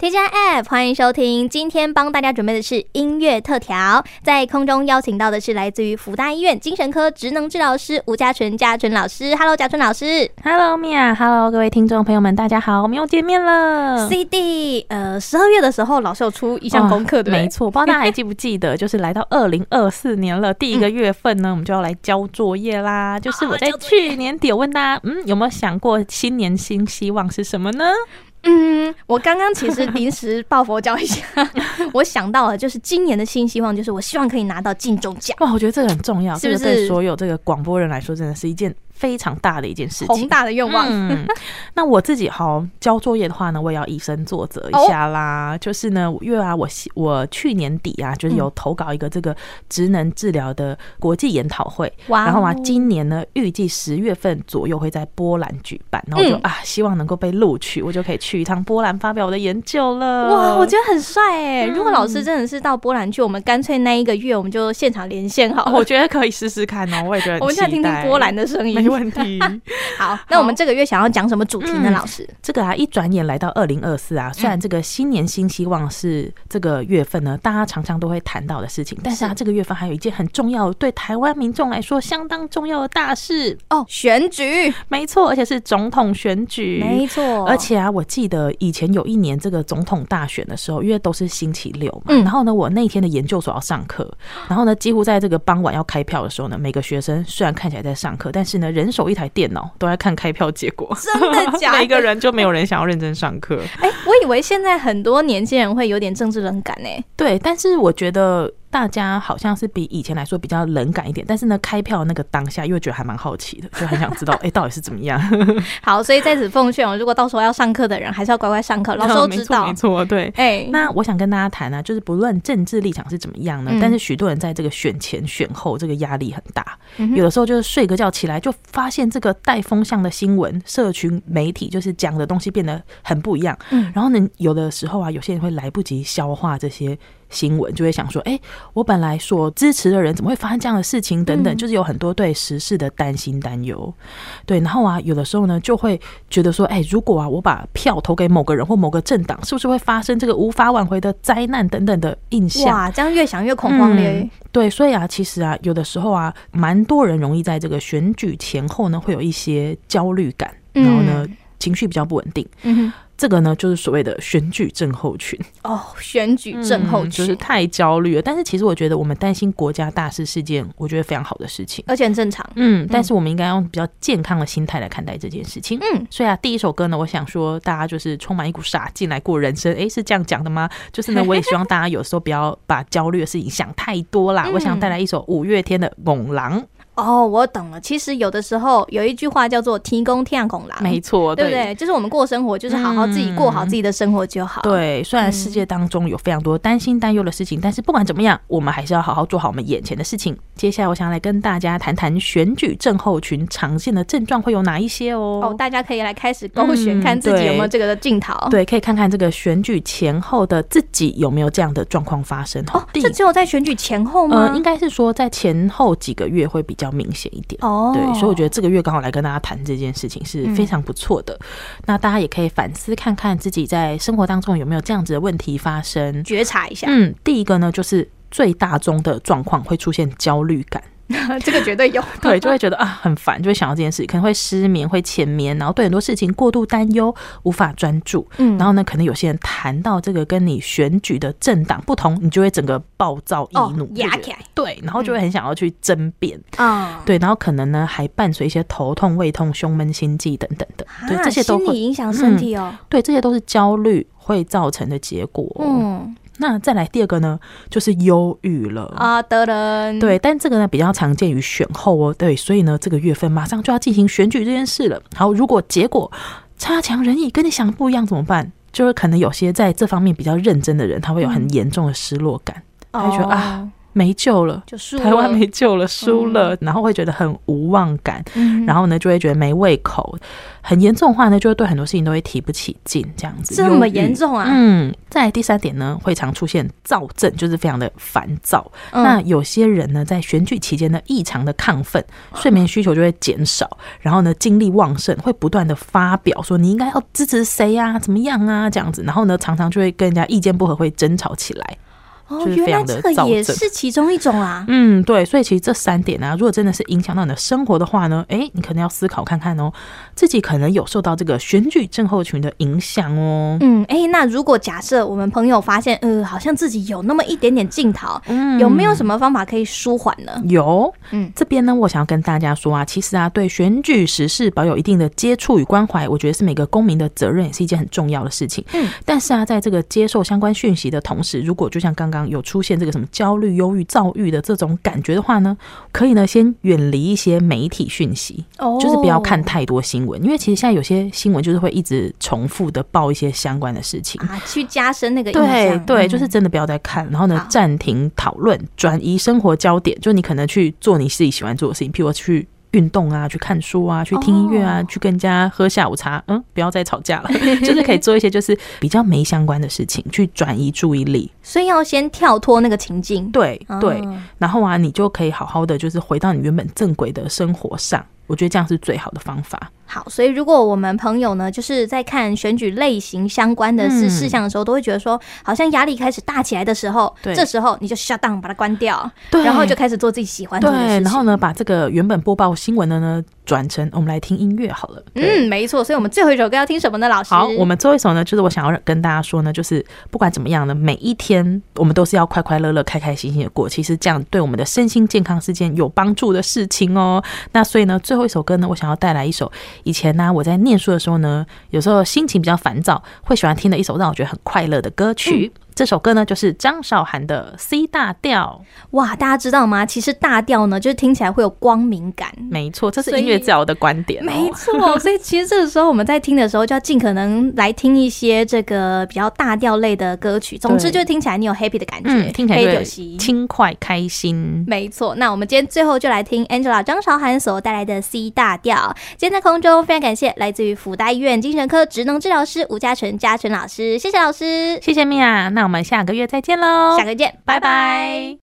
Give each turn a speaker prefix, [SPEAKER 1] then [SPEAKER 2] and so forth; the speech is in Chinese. [SPEAKER 1] 添加 App，欢迎收听。今天帮大家准备的是音乐特调，在空中邀请到的是来自于福大医院精神科职能治疗师吴家纯家纯老师。Hello，家纯老师。
[SPEAKER 2] Hello Mia，Hello 各位听众朋友们，大家好，我们又见面了。
[SPEAKER 1] CD，呃，十二月的时候老师有出一项功课，
[SPEAKER 2] 哦
[SPEAKER 1] 对不对
[SPEAKER 2] 没错，不知道大家还记不记得，就是来到二零二四年了，第一个月份 呢，我们就要来交作业啦。就是我在去年底有问大家，嗯，有没有想过新年新希望是什么呢？
[SPEAKER 1] 嗯，我刚刚其实临时抱佛脚一 下，我想到了，就是今年的新希望，就是我希望可以拿到金钟奖，
[SPEAKER 2] 哇，我觉得这个很重要，
[SPEAKER 1] 是不是
[SPEAKER 2] 这个对所有这个广播人来说，真的是一件非常大的一件事
[SPEAKER 1] 宏
[SPEAKER 2] 情。
[SPEAKER 1] 大的愿望。
[SPEAKER 2] 嗯， 那我自己好交作业的话呢，我也要以身作则一下
[SPEAKER 1] 哦
[SPEAKER 2] 啦。就是呢，因为啊，我希我去年底啊，就是有投稿一个这个职能治疗的国际研讨会，
[SPEAKER 1] 哇
[SPEAKER 2] 然后啊
[SPEAKER 1] 哦，
[SPEAKER 2] 今年呢预计十月份左右会在波兰举办，然后我就、
[SPEAKER 1] 嗯
[SPEAKER 2] 啊希望能够被录取，我就可以去一趟波兰发表我的研究了。
[SPEAKER 1] 哇，我觉得很帅哎！如果老师
[SPEAKER 2] 嗯
[SPEAKER 1] 真的是到波兰去，我们干脆那一个月我们就现场连线好
[SPEAKER 2] 哦
[SPEAKER 1] 了，
[SPEAKER 2] 我觉得可以试试看哦，我也觉得
[SPEAKER 1] 我们
[SPEAKER 2] 很期
[SPEAKER 1] 现
[SPEAKER 2] 待。
[SPEAKER 1] 在听听波兰的声
[SPEAKER 2] 没
[SPEAKER 1] 音。
[SPEAKER 2] 问题。
[SPEAKER 1] 好，那我们这个月想要讲什么主题呢？
[SPEAKER 2] 嗯
[SPEAKER 1] 老师，
[SPEAKER 2] 这个啊，一转眼来到二零二四啊，虽然这个新年新希望是这个月份呢，大家常常都会谈到的事情，但是啊，
[SPEAKER 1] 是
[SPEAKER 2] 这个月份还有一件很重要，对台湾民众来说相当重要的大事，
[SPEAKER 1] 哦，选举，
[SPEAKER 2] 没错，而且是总统选举。
[SPEAKER 1] 没错，
[SPEAKER 2] 而且啊，我记得以前有一年这个总统大选的时候，因为都是星期六嘛，
[SPEAKER 1] 嗯
[SPEAKER 2] 然后呢，我那天的研究所要上课，然后呢，几乎在这个傍晚要开票的时候呢，每个学生虽然看起来在上课，但是呢，人手一台电脑，都在看开票结果。
[SPEAKER 1] 真的假
[SPEAKER 2] 每一个
[SPEAKER 1] 的？
[SPEAKER 2] 人就没有人想要认真上课。
[SPEAKER 1] 哎，我以为现在很多年轻人会有点政治冷感哎。
[SPEAKER 2] 对，但是我觉得大家好像是比以前来说比较冷感一点，但是呢，开票那个当下又觉得还蛮好奇的，就很想知 道，哎、到底是怎么样？
[SPEAKER 1] 好，所以在此奉劝哦，如果到时候要上课的人，还是要乖乖上课，老师都
[SPEAKER 2] 哦没
[SPEAKER 1] 知
[SPEAKER 2] 错
[SPEAKER 1] 道
[SPEAKER 2] 没。错，对。
[SPEAKER 1] 哎，
[SPEAKER 2] 那我想跟大家谈呢、啊，就是不论政治立场是怎么样呢，
[SPEAKER 1] 嗯
[SPEAKER 2] 但是许多人在这个选前选后这个压力很大，
[SPEAKER 1] 嗯哼
[SPEAKER 2] 有的时候就是睡个觉起来就发现这个带风向的新闻、社群媒体就是讲的东西变得很不一样，
[SPEAKER 1] 嗯
[SPEAKER 2] 然后呢，有的时候啊，有些人会来不及消化这些新闻，就会想说，哎、我本来所支持的人怎么会发生这样的事情？等等，
[SPEAKER 1] 嗯
[SPEAKER 2] 就是有很多对时事的担心担忧。对，然后啊，有的时候呢，就会觉得说，哎、如果啊，我把票投给某个人或某个政党，是不是会发生这个无法挽回的灾难等等的印象？
[SPEAKER 1] 哇，这样越想越恐慌嘞
[SPEAKER 2] 嗯。对，所以啊，其实啊，有的时候啊，蛮多人容易在这个选举前后呢，会有一些焦虑感，嗯然后呢，情绪比较不稳定。
[SPEAKER 1] 嗯哼，
[SPEAKER 2] 这个呢，就是所谓的选举症候群。
[SPEAKER 1] 哦，选举症候
[SPEAKER 2] 嗯就是
[SPEAKER 1] 群，
[SPEAKER 2] 太焦虑了。但是其实我觉得，我们担心国家大事事件，我觉得非常好的事情。
[SPEAKER 1] 而且很正常。
[SPEAKER 2] 嗯，但是我们应该用比较健康的心态来看待这件事情。
[SPEAKER 1] 嗯，
[SPEAKER 2] 所以啊，第一首歌呢，我想说大家就是充满一股傻劲来过人生。诶，是这样讲的吗？就是 呢，我也希望大家有时候不要把焦虑的事情想太多啦。
[SPEAKER 1] 嗯
[SPEAKER 2] 我想带来一首五月天的《猛狼》，
[SPEAKER 1] 哦，我懂了。其实有的时候有一句话叫做“提供天涯拱狼”，
[SPEAKER 2] 没错，
[SPEAKER 1] 对不对？就是我们过生活，就是好好自己过好
[SPEAKER 2] 嗯
[SPEAKER 1] 自己的生活就好。，嗯
[SPEAKER 2] 对，虽然世界当中有非常多担心、担忧的事情，但是不管怎么样，我们还是要好好做好我们眼前的事情。接下来，我想来跟大家谈谈选举症候群常见的症状会有哪一些哦。
[SPEAKER 1] 哦，大哦家可以来开始勾选，
[SPEAKER 2] 嗯
[SPEAKER 1] 看自己有没有
[SPEAKER 2] 对
[SPEAKER 1] 这个的镜头。
[SPEAKER 2] 对，可以看看这个选举前后的自己有没有这样的状况发生
[SPEAKER 1] 哦，
[SPEAKER 2] 第
[SPEAKER 1] 这只有在选举前后
[SPEAKER 2] 呃，
[SPEAKER 1] 吗
[SPEAKER 2] 应？该是说在前后几个月会比较明显一点。
[SPEAKER 1] 哦，嗯
[SPEAKER 2] 对，所以我觉得这个月刚好来跟大家谈这件事情是非常不错的。那大家也可以反思看看自己在生活当中有没有这样子的问题发生。
[SPEAKER 1] 觉察一下，
[SPEAKER 2] 嗯，第一个呢，就是最大宗的状况会出现焦虑 感，
[SPEAKER 1] 这个绝对有。
[SPEAKER 2] 对，就会觉得啊很烦，就会想到这件事，可能会失眠、会浅眠，然后对很多事情过度担忧，无法专注。
[SPEAKER 1] 嗯
[SPEAKER 2] 然后呢，可能有些人谈到这个跟你选举的政党不同，你就会整个暴躁易怒，
[SPEAKER 1] 哦
[SPEAKER 2] 就
[SPEAKER 1] 压
[SPEAKER 2] 觉得
[SPEAKER 1] 起来
[SPEAKER 2] 对，然后就会很想要去争辩，
[SPEAKER 1] 啊，
[SPEAKER 2] 对，然后可能呢还伴随一些头痛、胃痛、胸闷、心悸等等的，对，
[SPEAKER 1] 啊
[SPEAKER 2] 这些都
[SPEAKER 1] 心
[SPEAKER 2] 会，嗯
[SPEAKER 1] 理影响身体哦。
[SPEAKER 2] 对，这些都是焦虑会造成的结果。，
[SPEAKER 1] 嗯
[SPEAKER 2] 那再来第二个呢，就是忧郁了
[SPEAKER 1] 啊，得人，
[SPEAKER 2] 对，但这个呢比较常见于选后哦，对，所以呢这个月份马上就要进行选举这件事了。好，如果结果差强人意，跟你想的不一样怎么办？
[SPEAKER 1] 嗯
[SPEAKER 2] 就是可能有些在这方面比较认真的人，他会有很严重的失落感，
[SPEAKER 1] 哦，
[SPEAKER 2] 他会觉得啊没救了，
[SPEAKER 1] 就输了
[SPEAKER 2] 台湾没救了，输了，然后会觉得很无望感，
[SPEAKER 1] 嗯
[SPEAKER 2] 然后呢就会觉得没胃口，很严重的话呢，就会对很多事情都会提不起劲，这样子。
[SPEAKER 1] 这么
[SPEAKER 2] 忧郁
[SPEAKER 1] 严重啊？
[SPEAKER 2] 嗯，再来第三点呢，会常出现躁症，就是非常的烦躁。
[SPEAKER 1] 嗯
[SPEAKER 2] 那有些人呢，在选举期间呢，异常的亢奋，睡眠需求就会减少，然后呢，精力旺盛，会不断的发表说你应该要支持谁呀、怎么样啊，这样子，然后呢，常常就会跟人家意见不合，会争吵起来。
[SPEAKER 1] 哦，
[SPEAKER 2] 就是
[SPEAKER 1] 原
[SPEAKER 2] 非
[SPEAKER 1] 来
[SPEAKER 2] 常的
[SPEAKER 1] 这个
[SPEAKER 2] 躁
[SPEAKER 1] 也
[SPEAKER 2] 症
[SPEAKER 1] 是其中一种啊。
[SPEAKER 2] 嗯，对，所以其实这三点呢、啊如果真的是影响到你的生活的话呢，诶，你可能要思考看看哦，自己可能有受到这个选举症候群的影响哦。
[SPEAKER 1] 嗯，哎、那如果假设我们朋友发现，呃，好像自己有那么一点点镜头，
[SPEAKER 2] 嗯
[SPEAKER 1] 有没有什么方法可以舒缓呢？
[SPEAKER 2] 有，
[SPEAKER 1] 嗯
[SPEAKER 2] 嗯，这边呢，我想要跟大家说啊，其实啊，对选举时事保有一定的接触与关怀，我觉得是每个公民的责任，也是一件很重要的事情。
[SPEAKER 1] 嗯，
[SPEAKER 2] 但是啊，在这个接受相关讯息的同时，如果就像刚刚有出现这个什么焦虑、忧郁、躁郁的这种感觉的话呢，可以呢先远离一些媒体讯息，
[SPEAKER 1] 哦
[SPEAKER 2] 就是不要看太多新闻，因为其实现在有些新闻就是会一直重复的报一些相关的事情。
[SPEAKER 1] 啊，去加深那个印
[SPEAKER 2] 对
[SPEAKER 1] 象。
[SPEAKER 2] 对，
[SPEAKER 1] 嗯
[SPEAKER 2] 就是真的不要再看，然后呢
[SPEAKER 1] 好，
[SPEAKER 2] 暂停讨论，转移生活焦点，就你可能去做你自己喜欢做的事情，譬如说去运动啊，去看书啊，去听音乐啊，
[SPEAKER 1] 哦
[SPEAKER 2] 去跟人家喝下午茶，嗯，不要再吵 架了，就是可以做一些就是比较没相关的事情，去转移注意力。
[SPEAKER 1] 所以要先跳脱那个情境。
[SPEAKER 2] 对对，
[SPEAKER 1] 啊
[SPEAKER 2] 然后啊，你就可以好好的就是回到你原本正轨的生活上，我觉得这样是最好的方法。
[SPEAKER 1] 好，所以如果我们朋友呢，就是在看选举类型相关的事
[SPEAKER 2] 嗯
[SPEAKER 1] 事项的时候，都会觉得说，好像压力开始大起来的时候，
[SPEAKER 2] 对
[SPEAKER 1] 这时候你就 shut down，把它关掉，
[SPEAKER 2] 对
[SPEAKER 1] 然后就开始做自己喜欢做
[SPEAKER 2] 对
[SPEAKER 1] 的事，情。
[SPEAKER 2] 然后呢，把这个原本播报新闻的呢，转成我们来听音乐好了。对
[SPEAKER 1] 嗯，没错。所以我们最后一首歌要听什么呢？老师，
[SPEAKER 2] 好，我们最后一首呢，就是我想要跟大家说呢，就是不管怎么样呢，每一天我们都是要快快乐乐、开开心心的过。其实这样对我们的身心健康是件有帮助的事情哦。那所以呢，最后一首歌呢，我想要带来一首以前呢、我在念书的时候呢，有时候心情比较烦躁，会喜欢听的一首让我觉得很快乐的歌曲。这首歌呢，就是张韶涵的《C 大调》。
[SPEAKER 1] 哇，大家知道吗？其实大调呢，就是听起来会有光明感。
[SPEAKER 2] 没错，这是
[SPEAKER 1] 所以
[SPEAKER 2] 音乐治疗的观点、哦。
[SPEAKER 1] 没 错，所以其实这个时候我们在听的时候，就要尽可能来听一些这个比较大调类的歌曲。总之，
[SPEAKER 2] 对
[SPEAKER 1] 就听起来你有 happy 的感觉，
[SPEAKER 2] 嗯，听起来就
[SPEAKER 1] 黑酒
[SPEAKER 2] 会
[SPEAKER 1] 席
[SPEAKER 2] 轻快开心。
[SPEAKER 1] 没错，那我们今天最后就来听 Angela 张韶涵所带来的 C 大调。今天在空中非常感谢来自于辅大医院精神科职能治疗师吴嘉纯嘉纯老师，谢谢老师，
[SPEAKER 2] 谢谢米娅，那我们下个月再见喽，
[SPEAKER 1] 下个见，拜拜